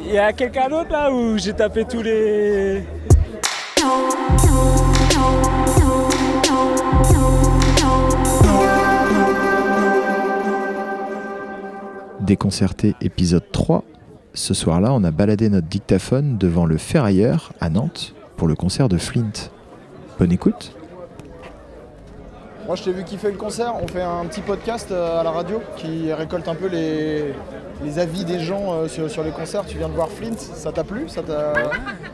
Il y a quelqu'un d'autre là où j'ai tapé tous les. Déconcerté épisode 3. Ce soir-là, on a baladé notre dictaphone devant le Ferrailleur à Nantes pour le concert de Flint. Bonne écoute. Moi, je t'ai vu kiffer le concert. On fait un petit podcast euh, à la radio qui récolte un peu les, les avis des gens euh, sur, sur les concerts. Tu viens de voir Flint, ça t'a plu ça t'a...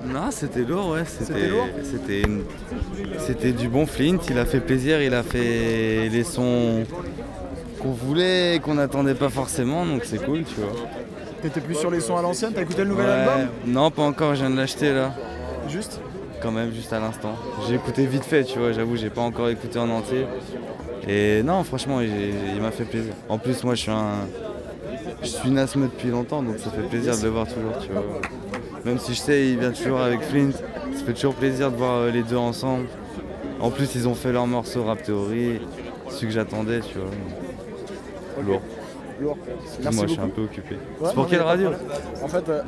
Non, c'était lourd, ouais. C'était C'était lourd C'était une- c'était du bon Flint. Il a fait plaisir. Il a fait les sons qu'on voulait et qu'on n'attendait pas forcément. Donc c'est cool, tu vois. T'étais plus sur les sons à l'ancienne T'as écouté le nouvel Ouais. album Non, pas encore. Je viens de l'acheter là. Juste Quand même, juste à l'instant. J'ai écouté vite fait, tu vois. J'avoue, j'ai pas encore écouté en entier. Et non, franchement, j'ai- j'ai- il m'a fait plaisir. En plus, moi, je suis un, je suis une asthme depuis longtemps, donc ça fait plaisir de le voir toujours, tu vois. Même si je sais, il vient toujours avec Flint. Ça fait toujours plaisir de voir euh, les deux ensemble. En plus, ils ont fait leur morceau Rap Theory, celui que j'attendais, tu vois. Lourd. Lourd. Merci Moi, je suis un beaucoup. peu occupé. Ouais, C'est pour non, quelle mais pas de radio problème. En fait. euh,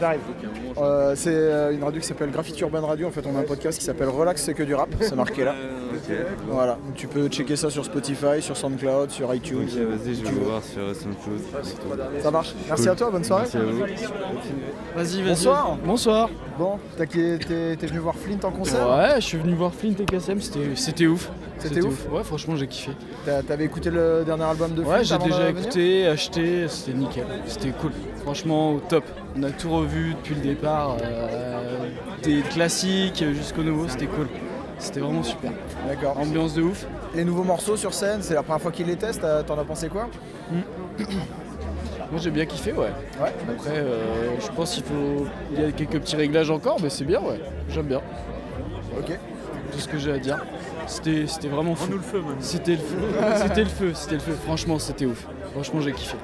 J'arrive. Euh, c'est euh, une radio qui s'appelle Graffiti Urban Radio. En fait, on a un podcast qui s'appelle Relax, c'est que du rap. C'est marqué là. Voilà. Donc, tu peux checker ça sur Spotify, sur Soundcloud, sur iTunes. Ok, vas-y, je vais Tu vous veux. voir sur SoundCloud. Ça marche. Merci Cool. à toi. Bonne soirée. Merci à vous. Vas-y, vas-y. Bonsoir. Bonsoir. Bon, t'as qui- t'es t'es venu voir Flint en concert Ouais, je suis venu voir Flint et KSM, c'était c'était ouf. C'était ouf Ouais, franchement, j'ai kiffé. T'as- T'avais écouté le dernier album de Flint Ouais, j'ai avant déjà de venir écouté, acheté, c'était nickel. C'était cool. Franchement, au top. On a tout revu depuis le départ, euh, des classiques jusqu'au nouveau, c'était cool. C'était vraiment super. D'accord. Ambiance de ouf. Les nouveaux morceaux sur scène, c'est la première fois qu'ils les testent. t'as- T'en as pensé quoi Moi, j'ai bien kiffé, ouais. Ouais. Après, euh, je pense qu'il faut. Il y a quelques petits réglages encore, mais c'est bien, ouais. J'aime bien. Ok. tout ce que j'ai à dire. C'était c'était vraiment fou. C'était le feu. C'était le feu, c'était le feu. Franchement, c'était ouf. Franchement, j'ai kiffé.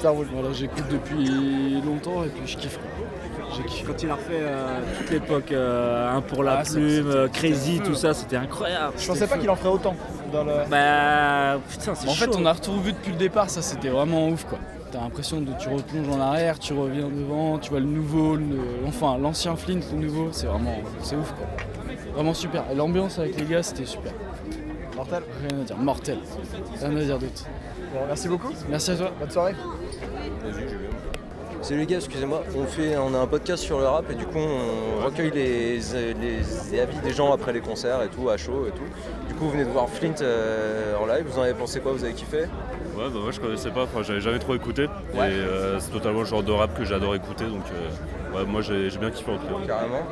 Ça roule. Voilà, j'écoute depuis longtemps et puis je kiffe. quoi. J'ai kiffé. Quand il a refait euh, toute l'époque, euh, un pour la Ah, ça, plume, c'était- euh, Crazy, c'était tout feu. ça, c'était incroyable. Je pensais pas qu'il en ferait autant dans le. Bah putain, c'est En chaud. fait, on a tout revu depuis le départ, ça c'était vraiment ouf quoi. T'as l'impression de tu replonges en arrière, tu reviens devant, tu vois le nouveau, le- enfin l'ancien Flint, le nouveau, c'est vraiment c'est ouf quoi. Vraiment super. Et L'ambiance avec les gars, c'était super. Mortel. Rien à dire, mortel. Rien à dire d'autre. Bon, merci beaucoup. Merci à toi. Bonne soirée. Salut les gars, excusez-moi, Bah, on, fait, on a un podcast sur le rap et du coup on recueille les, les avis des gens après les concerts et tout, à chaud et tout. Du coup vous venez de voir Flint euh, en live, vous en avez pensé quoi, vous avez kiffé Ouais, bah moi je connaissais pas, enfin, j'avais jamais trop écouté. Et euh, c'est totalement le genre de rap que j'adore écouter, donc euh, ouais, moi j'ai j'ai bien kiffé en tout cas. Carrément.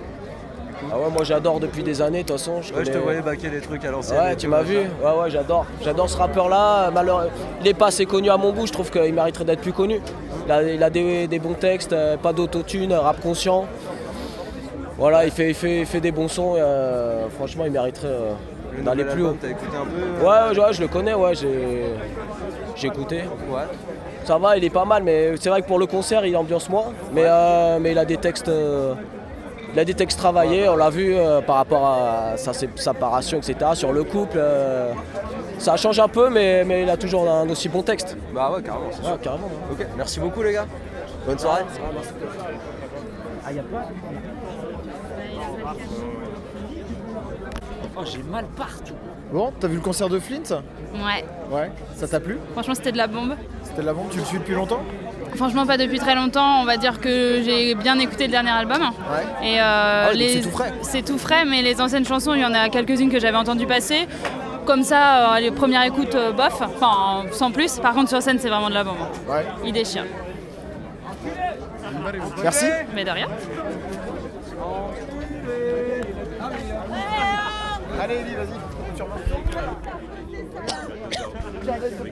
Ah ouais, moi j'adore depuis des années, de toute façon. Je connais- baquer des trucs à l'ancienne. Ouais, tu m'as vu. Ouais, ouais, j'adore. J'adore ce rappeur-là. Malheureux... Il est pas assez connu à mon goût, je trouve qu'il mériterait d'être plus connu. Il a, il a des, des bons textes, euh, pas d'autotune, rap conscient. Voilà, il fait, il fait, il fait des bons sons. et, euh, franchement, il mériterait euh, d'aller plus haut. T'as écouté un peu euh, Ouais, ouais, je le connais, ouais, j'ai j'ai écouté. Ouais. Ça va, il est pas mal, mais c'est vrai que pour le concert, il ambiance moins. Mais, euh, mais il a des textes, euh, il a des textes travaillés. On l'a vu euh, par rapport à sa sé- séparation, etc. Sur le couple, euh, ça change un peu, mais, mais il a toujours un aussi bon texte. Bah ouais, carrément, c'est sûr. Ouais, carrément. ouais. Ok, merci beaucoup les gars. Bonne soirée. Oh, j'ai mal partout. Bon, t'as vu le concert de Flint Ouais, Ouais. Ça t'a plu franchement c'était de la bombe. C'était de la bombe Tu le suis depuis longtemps Franchement pas depuis très longtemps, on va dire que j'ai bien écouté le dernier album. Ouais. Et euh, Ah ouais, donc les- c'est tout frais. C'est tout frais, mais les anciennes chansons, il y en a quelques-unes que j'avais entendues passer. Comme ça, euh, les premières écoutes, euh, bof, enfin sans plus. Par contre sur scène c'est vraiment de la bombe. Ouais. Il déchire. Merci. Mais de rien. Allez, Elie, vas-y. Tu remontes.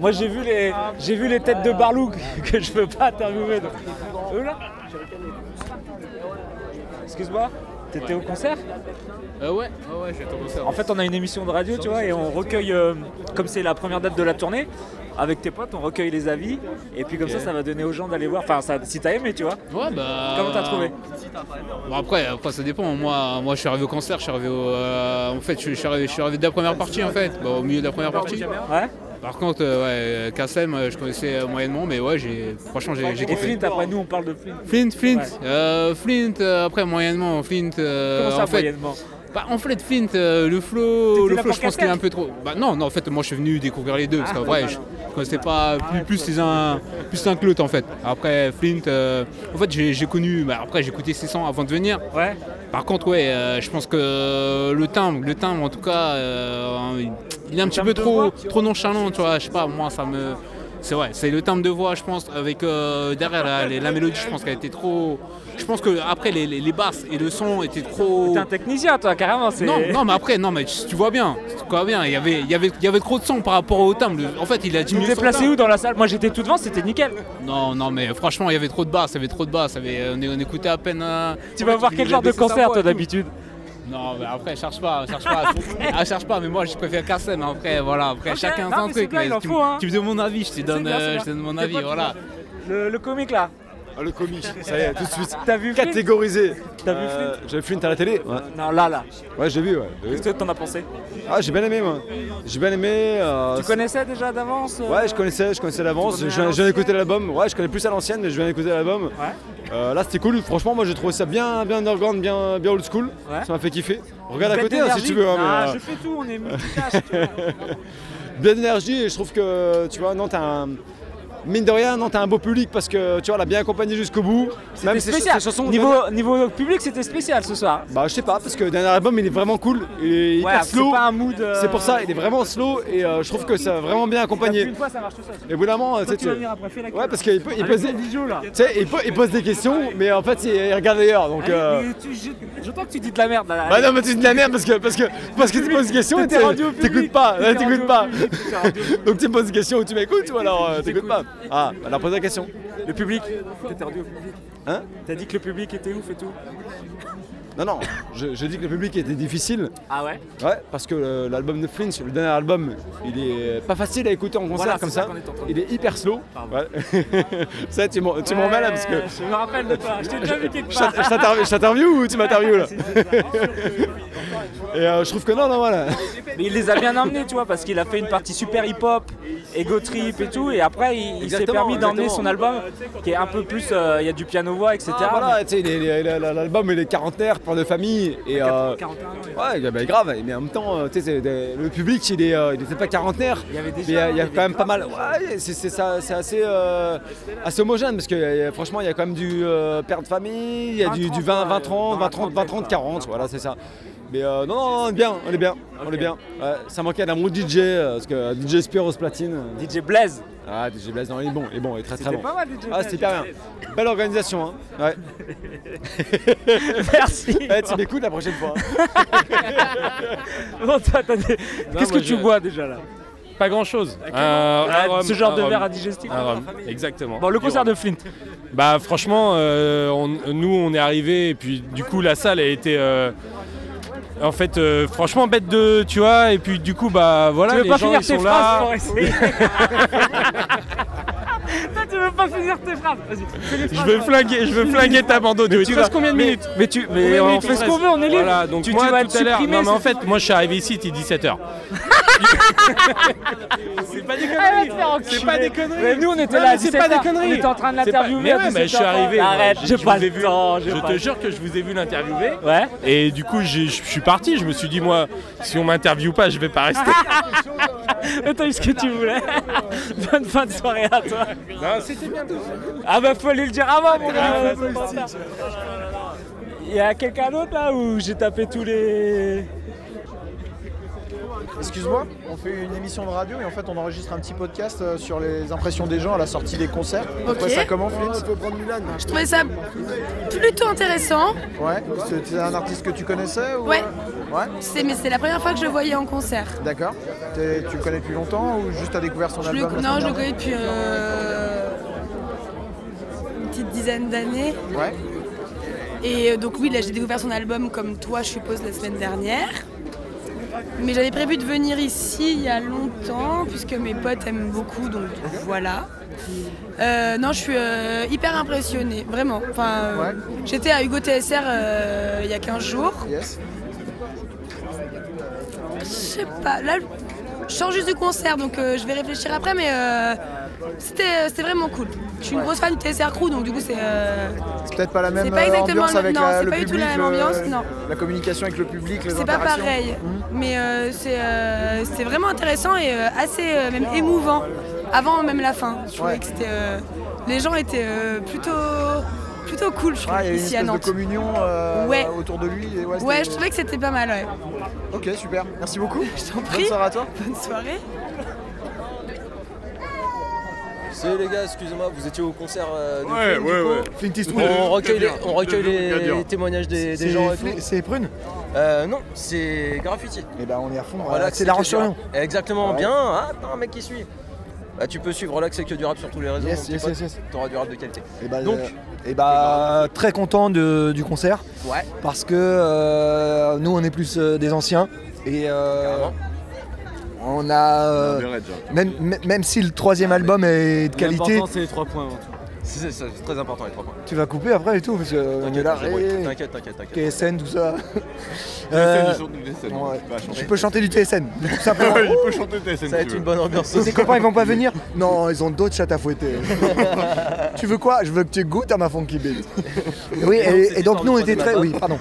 Moi j'ai vu les j'ai vu les têtes de Barlou que- que je peux pas interviewer. donc. Eux là Excuse-moi, t'étais au concert Euh, ouais, ouais, je vais En fait, on a une émission de radio, tu vois, et on recueille euh, comme c'est la première date de la tournée. Avec tes potes, on recueille les avis, et puis comme ça, ça va donner aux gens d'aller voir. Enfin, ça, si t'as aimé, tu vois. Ouais, bah. Comment t'as trouvé Bon, après, après, ça dépend. Moi, moi, je suis arrivé au Bah, concert, je suis arrivé au. euh, en fait, je, je suis arrivé, je suis arrivé dès la première partie, en fait, bah, au milieu de la première partie. Ouais. Par contre, euh, ouais, Kassem, euh, je connaissais euh, moyennement, mais ouais, j'ai, franchement, j'ai, j'ai Et kiffé. Flint, après nous on parle de Flint. Flint, Flint, Ouais. euh, Flint, euh, après moyennement, Flint. euh, Comment ça, en fait, moyennement bah, en fait, Flint, euh, le flow, T'étais le là flow, pour je pense qu'il est Kassem un peu trop. Bah non, non, en fait, moi, je suis venu découvrir les deux, parce Ah, qu'en ouais, vrai, bah je non. je connaissais pas plus, plus les uns, plus l'un que l'autre, en fait. Après, Flint, euh, en fait, j'ai, j'ai connu, bah, après, j'ai écouté 600 avant de venir. Ouais. Par contre, ouais, euh, je pense que euh, le timbre, le timbre, en tout cas, euh, il- il est un petit peu trop, trop nonchalant, tu vois. Je sais pas, moi, ça me. C'est vrai, c'est le timbre de voix, je pense, avec euh, derrière la, les- la mélodie, je pense qu'elle était trop. Je pense que après les, les- les basses et le son étaient trop. T'es un technicien toi, carrément. c'est- Non, non, mais après, non, mais tu, tu vois bien, tu vois bien, il y avait, il y, avait, il y avait trop de son par rapport au timbre. En fait, il a Tu diminué. te son déplaçais timbre. où dans la salle Moi j'étais tout devant, c'était nickel. Non, non, mais franchement, il y avait trop de basses, il y avait trop de basses. il y avait- on, est- on écoutait à peine. euh, Tu en vas fait, voir il quel a genre de baissé sa concert voix toi et tout. d'habitude Non, mais après, cherche pas, cherche pas. ah, cherche pas, mais moi, je préfère Carson. Après, voilà, après, Ok, chacun non, son mais c'est truc. bien, il en tu, faut, hein. me- tu me donnes mon avis, je te donne, bien, c'est euh, bien. je te donne mon C'est avis, quoi qui voilà. le, le comique là Ah, le comique, ça y est, tout de suite. T'as vu Flint Catégorisé. T'as vu Euh, J'avais Flint à la télé Ouais, Non, là, là. Ouais, j'ai vu, ouais. j'ai vu. Qu'est-ce que t'en as pensé Ah, j'ai bien aimé, moi. J'ai bien aimé. euh, Tu connaissais déjà d'avance euh, Ouais, je connaissais, je connaissais l'avance. Tu Je connais viens, à je viens d'écouter l'ancienne l'album. Ouais, je connais plus à l'ancienne, mais je viens d'écouter l'album. Euh, là, c'était cool. Franchement, moi, j'ai trouvé ça bien, bien underground, bien, bien old school. Ouais. Ça m'a fait kiffer. Regarde à Bête côté hein, si d'énergie. tu veux. hein, mais, Ah, euh, je fais tout, on est multitâche. tu vois. bien d'énergie et je trouve que tu vois non t'as un mine de rien non t'as un beau public parce que tu vois l'a bien accompagné jusqu'au bout C'était même ses, spécial. ses chansons niveau, niveau public, c'était spécial ce soir. bah je sais pas parce que le dernier album il est vraiment cool il est hyper Ouais, c'est slow pas un mood. euh, c'est pour ça il est vraiment slow et euh, je trouve que ça a vraiment bien accompagné Une fois, ça marche tout seul. et évidemment tu Toi, sais, tu vas tu- venir après, fais la queue. ouais parce qu'il peut- il pose des tu vidéo là. sais, il, peut- il pose des questions mais en fait il, il regarde ailleurs donc Allez, euh, mais tu- je- J'entends que tu dis de la merde là. bah non mais c'est de la merde parce que parce que parce que tu poses des questions et T'étais rendu au tu- public. t'écoutes pas ouais, T'étais t'écoutes pas rendu au public, t'étais rendu au public. donc tu me poses des questions ou tu m'écoutes ou alors euh, t'écoutes pas ah alors pose la question Le public, t'étais rendu au public. Hein T'as dit que le public était ouf et tout. Non, non, je, je dis que le public était difficile. Ah ouais Ouais, parce que euh, l'album de Flinch, le dernier album, il est pas facile à écouter en concert Voilà, c'est comme ça ça. qu'on est en train de Il est hyper slow. Pardon. Ouais. ça, tu m'en tu m'en mêles, là parce que. Je me rappelle de toi, je t'ai déjà vu quelque Je part. t'inter- je Ah, t'inter- je t'interview ou tu m'interviews là Et euh, je trouve que non, non, voilà. Mais il les a bien emmenés, tu vois, parce qu'il a fait une partie super hip-hop, ego trip et tout, et après il, il s'est Exactement, permis d'emmener exactement. son album qui est un peu plus, euh, il y a du piano-voix, etc. Ah, voilà, tu sais, il est- il est- il est- l'album il est quarantenaire, pour de famille. Et, Ah, euh, 41, ouais. Ouais, bah, grave, mais en même temps, euh, tu sais, c'est des- le public, il est, euh, il est peut-être pas quarantenaire, y avait mais déjà- il y a, il y il y a avait quand même pas mal. Ouais, c'est c'est ça- c'est assez, euh, assez homogène parce que euh, franchement, il y a quand même du euh, père de famille, il y a du, 20, du 20, 30, 20, 30, 20, 30, 20, 30, 40, voilà, c'est ça. Mais euh, non, non, non, on est bien, on est bien, on est bien. Ouais, ça manquait d'un bon DJ, euh, parce que DJ Spiros Platine. euh, DJ Blaze, Ah, DJ Blaze, non, il est bon, il est bon, il est très très c'était bon. pas mal DJ Ah, Blaze. c'est hyper bien. Belle organisation, hein. Ouais. Merci. Eh, tu m'écoutes la prochaine fois. Bon, toi, t'as des- Qu'est-ce que moi, tu je- bois déjà là Ah, Pas grand chose. Un Ce genre de verre indigestif Un rhum, exactement. Bon, le Du concert rhum. de Flint. Bah franchement, euh, on- nous on est arrivés et puis du coup la salle a été... euh, en fait, euh, franchement bête de, tu vois, et puis du coup bah voilà, tu veux les pas gens finir ils sont tes là. phrases pour essayer Toi, tu veux pas finir tes phrases Vas-y, fais les Je phrases, veux toi. flinguer, je veux flinguer ta bande audio. Il te reste combien de Mais- minutes Mais tu, mais Combien de on minutes il fait te ce qu'on reste veut, on est libre. Voilà, donc tu, moi tu vas tout à l'heure, supprimer, non mais en c'est- fait, moi je suis arrivé ici, il était 17h. c'est pas des Ah, va te faire enculer. C'est pas des conneries. Mais nous on était Non, là, à mais c'est pas 17 heures. des conneries. On était en train de C'est pas- l'interviewer. Mais à ouais, mais je 17 suis heures. arrivé. moi, Arrête, je- j'ai je pas vous ai le vu- temps. j'ai Je pas le te jure que je vous ai vu l'interviewer. temps. Ouais. Et du coup, j'ai- je suis parti. Je me suis dit, moi, si on m'interviewe pas, je vais pas rester. Mais t'as eu ce que tu voulais. Bonne fin de soirée à toi. c'était bien Ah bah faut aller le dire avant mon gars. Il y a quelqu'un d'autre là où j'ai tapé tous les. Excuse-moi, on fait une émission de radio et en fait on enregistre un petit podcast euh, sur les impressions des gens à la sortie des concerts. Ok. Après ça comment Flint Je trouvais ça plutôt intéressant. Ouais, c'est c'est un artiste que tu connaissais ou... euh, Ouais. Ouais, C'est, mais c'est la première fois que je le voyais en concert. d'accord. T'es- Tu le connais depuis longtemps ou juste t'as découvert son Je le- album la non, je le semaine connais depuis euh, une petite dizaine d'années. dernière Ouais, Et euh, donc oui, là j'ai découvert son album comme toi, je suppose, la semaine dernière. Mais j'avais prévu de venir ici il y a longtemps, puisque mes potes aiment beaucoup, donc voilà. Euh, non, je suis euh, hyper impressionnée, vraiment. Enfin, euh, Ouais. J'étais à Hugo TSR euh, il y a 15 jours. yes. Je sais pas, là, Je sors juste du concert, donc euh, je vais réfléchir après, mais euh, c'était euh, c'était vraiment cool. Je suis une Ouais. grosse fan du TSR Crew, donc du coup, c'est. euh, C'est peut-être pas la même C'est pas euh, exactement ambiance le- avec non, la, c'est le pas du public, tout la même le- ambiance, non. la communication avec le public, les C'est pas interactions. pareil, mais euh, c'est euh, c'était vraiment intéressant et euh, assez euh, même émouvant. Avant même la fin, je trouvais que c'était euh, les gens étaient euh, plutôt plutôt cool, je trouve, Ouais, il y a une ici à espèce de Nantes. communion euh, Ouais. autour de lui. et c'était- Ouais, je trouvais que c'était pas mal, ouais. Ok, super. Merci beaucoup. Je t'en Bonne prie. soirée à toi. Bonne soirée. C'est les gars, excusez-moi, vous étiez au concert euh, de Ouais, Flint, ouais, du coup ouais. Flint Eastwood. On recueille De les, Lyon, on recueille de Lyon, les- de Lyon. les témoignages des, des C'est gens. et Flint- tout. c'est Prune euh, Non, c'est Graffiti. Eh Et ben on est à fond. Relax, c'est La que du Roche-sur-Yon. rap. Exactement, Ouais. bien. Ah, attends, un mec qui suit. Bah, tu peux suivre Relax et que du rap sur tous les réseaux. Yes, mon petit yes, pote. yes, yes. T'auras du rap de qualité. Eh Et ben, bah, Donc, et bah euh, très content de- du concert. Ouais. Parce que euh, nous on est plus euh, des anciens et euh, on a euh, On est raide, genre. même, même- même si le troisième album est de qualité, c'est les 3 points avant tout. C'est c'est- c'est très important les 3 points. tu vas couper après et tout parce que on est T'inquiète, là. je eh, brûle. T'inquiète, t'inquiète, t'inquiète. TSN tout ça. Euh, TSN, il chante du TSN, ouais. il va chanter. Tu peux chanter du TSN. tout simplement. Ouais, il peut chanter du TSN, Ça va si être tu veux. une bonne ambiance. Et tes copains ils vont pas venir Non, ils ont d'autres chats à fouetter. tu veux quoi Je veux que tu goûtes à ma funky beat. oui, Non, et, c'est et donc nous l'histoire on du était très. troisième Oui, pardon.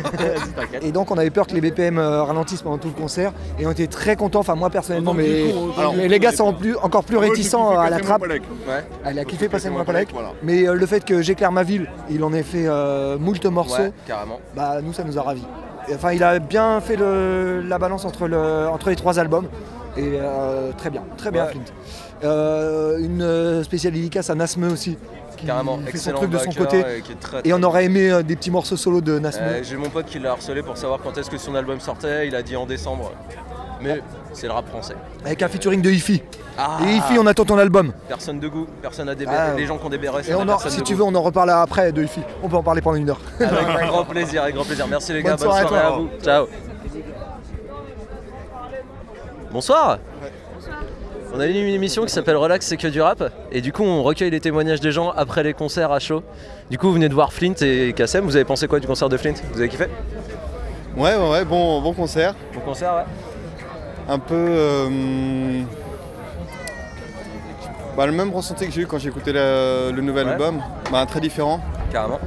Et donc on avait peur que les BPM euh, ralentissent pendant tout le concert et on était très contents, enfin moi personnellement, Entendu mais, du con, entendu Alors, du mais con, les gars les sont plus, encore plus Moi, j'ai réticents kiffé à la Passer mon trappe. Polek. Ouais. Elle a kiffé passer mon mon collègue, Polek, voilà. mais euh, le fait que j'éclaire ma ville, il en ait fait euh, moult morceaux, Ouais, carrément. bah nous ça nous a ravis. Et, Enfin il a bien fait le- la balance entre, le- entre les trois albums et euh, très bien, très bien Ouais. Flint. Euh, une euh, spéciale dédicace à Nasme aussi. Qui Carrément, fait son excellent truc de son backer, côté. euh, qui est très, et on très aurait aimé euh, des petits morceaux solo de Nasme. Euh, J'ai mon pote qui l'a harcelé pour savoir quand est-ce que son album sortait. Il a dit en décembre. Mais c'est le rap français. avec un featuring de Ifi. Ah. et Ifi, on attend ton album. Personne de goût, personne à des Ah. les gens qui ont des BRS. Et on en- si tu veux, on en reparle après de Ifi. On peut en parler pendant une heure. Avec grand plaisir, avec grand plaisir. Merci les gars, bonne Bonne soirée à soirée, à, toi. vous. Ciao. Bonsoir. On a une émission qui s'appelle Relax, c'est que du rap. Et du coup, on recueille les témoignages des gens après les concerts à chaud. Du coup, vous venez de voir Flint et Kassem. Vous avez pensé quoi du concert de Flint Vous avez kiffé Ouais, ouais, ouais, bon, bon concert. Bon concert, ouais. Un peu. euh, bah, le même ressenti que j'ai eu quand j'ai écouté la- le nouvel Ouais. album. Bah, très différent. Carrément.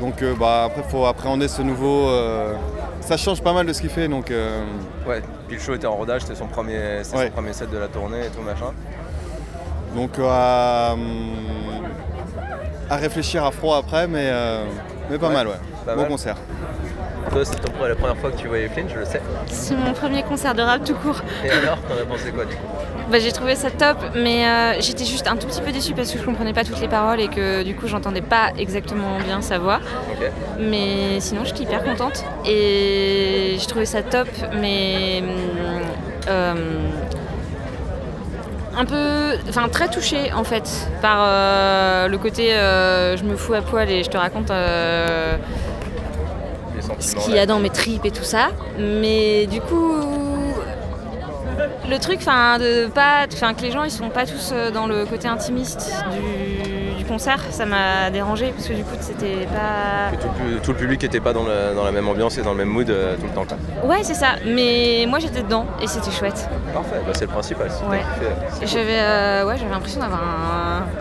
Donc, euh, bah, après, faut appréhender ce nouveau. euh, ça change pas mal de ce qu'il fait, donc. euh, Ouais, puis le show était en rodage, c'était son premier, c'était son premier set de la tournée et tout machin. donc, euh, à, hum, à réfléchir à froid après, mais, euh, mais pas Ouais, mal, ouais. pas bon mal. concert. Toi, c'est ton- la première fois que tu voyais Flynn, je le sais. C'est mon premier concert de rap tout court. Et alors, t'en as pensé quoi du coup Bah, j'ai trouvé ça top, mais euh, j'étais juste un tout petit peu déçue parce que je comprenais pas toutes les paroles et que du coup j'entendais pas exactement bien sa voix. Ok. Mais sinon, j'étais hyper contente et je trouvais ça top, mais hum, euh, un peu, enfin très touchée en fait par euh, le côté euh, je me fous à poil et je te raconte. euh, Les ce sentiments, qu'il y là. a dans mes tripes et tout ça. Mais du coup, le truc, enfin, de pas, enfin, que les gens ils sont pas tous euh, dans le côté intimiste du, du concert, ça m'a dérangé parce que du coup c'était pas. Tout le, tout le public n'était pas dans, le- dans la même ambiance et dans le même mood euh, tout le temps. quoi. Ouais, c'est ça. Mais moi j'étais dedans et c'était chouette. Parfait, bah, c'est le principal. si t'as Ouais. kiffé, c'est cool. J'avais, euh, ouais, j'avais l'impression d'avoir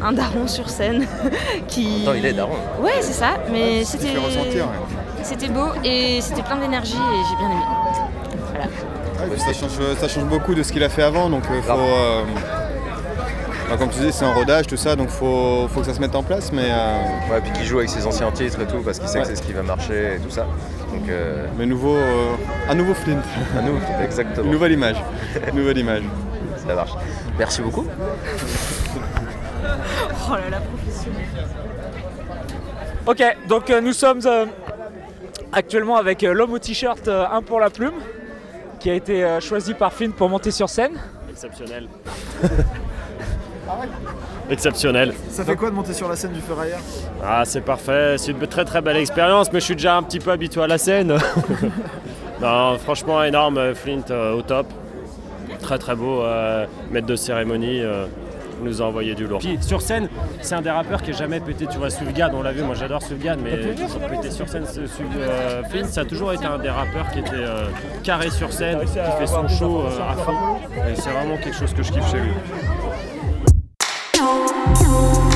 un, un daron sur scène qui. Attends, il est daron. Ouais, c'est ça. Mais Ouais, ça te c'était. fait ressentir, C'était beau et c'était plein d'énergie et j'ai bien aimé. Voilà. Ouais, puis ça, change, ça change beaucoup de ce qu'il a fait avant, donc euh, faut. euh, bah, comme tu dis, c'est un rodage, tout ça, donc faut, faut que ça se mette en place, mais. euh, Ouais, puis qu'il joue avec ses anciens titres et tout, parce qu'il sait que Ouais. c'est ce qui va marcher et tout ça. Donc, euh, Mais nouveau, euh, un nouveau Flint. Un nouveau Flint, exactement. Une nouvelle image. Une nouvelle image. Ça marche. Merci beaucoup. Oh là là, professionnelle. Ok, donc euh, nous sommes euh, actuellement avec euh, l'homme au t-shirt euh, un pour la plume, qui a été euh, choisi par Flynn pour monter sur scène. Exceptionnel. Exceptionnel. Ça fait quoi de monter sur la scène du ferrailleur Ah, c'est parfait. C'est une très très belle expérience, mais je suis déjà un petit peu habitué à la scène. non, franchement, énorme. Flint euh, au top. Très très beau. euh, maître de cérémonie. euh, nous a envoyé du lourd. Puis sur scène, c'est un des rappeurs qui est jamais pété. Tu vois, Soulgad, on l'a vu, moi j'adore Soulgad, mais toujours pété sur scène. Ce, Soul- euh, Flint, ça a toujours été un des rappeurs qui était euh, carré sur scène, qui fait son show euh, à fond. Et c'est vraiment quelque chose que je kiffe chez lui. Thank you.